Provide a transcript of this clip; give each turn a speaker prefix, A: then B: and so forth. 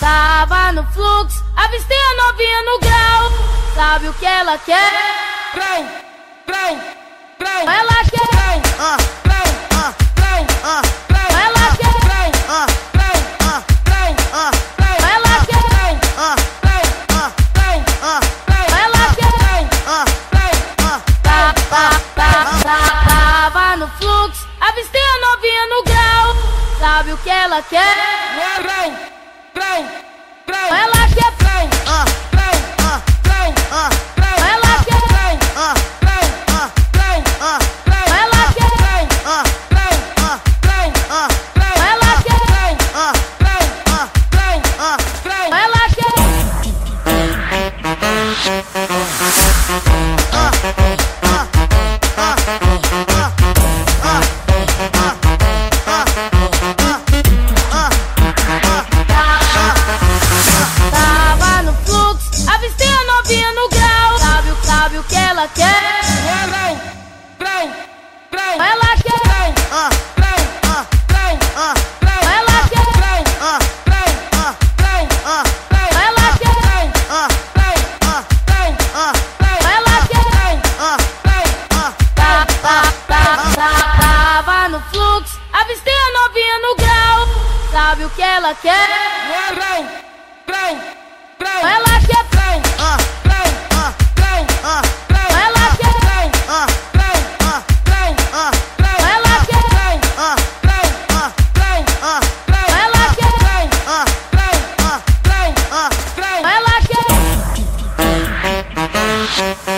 A: Tava no fluxo, avistei a novinha no grau. Sabe o que ela quer? Grau, grau, grau. Ela quer. Grau, grau, grau, grau. Ela quer. Grau, grau, grau, grau. Ela quer. Grau, grau, grau, grau. Ela quer. Grau, grau, grau, Tava no fluxo, avistei a novinha no grau. Sabe o que ela quer? Grau, grau, grau. Ela quer. Grau, grau, grau, grau. Ela quer. Grau, grau, grau, grau. Ela quer. Grau, grau, grau, grau. Ela quer. Grau, grau, grau, grau. Ela quer. Tava no fluxo, avistei a novinha no grau. Sabe, o- sabe o que ela quer? Grau, grau, grau. Ela é quer. Grau, grau, grau, grau. Ela quer. Grau, grau, grau, grau. Ela quer. Grau, grau, grau, grau. Ela quer. Grau, grau, grau, grau. Tava no fluxo, avistei a novinha no grau. Sabe o que ela quer? Grau, grau, grau. Ela é quer. Grau, grau, grau, grau. Ela quer. Grau, grau, grau, grau. Ela quer. Grau, grau, grau, grau. Ela quer. Grau, grau, é grau, grau. Ela quer.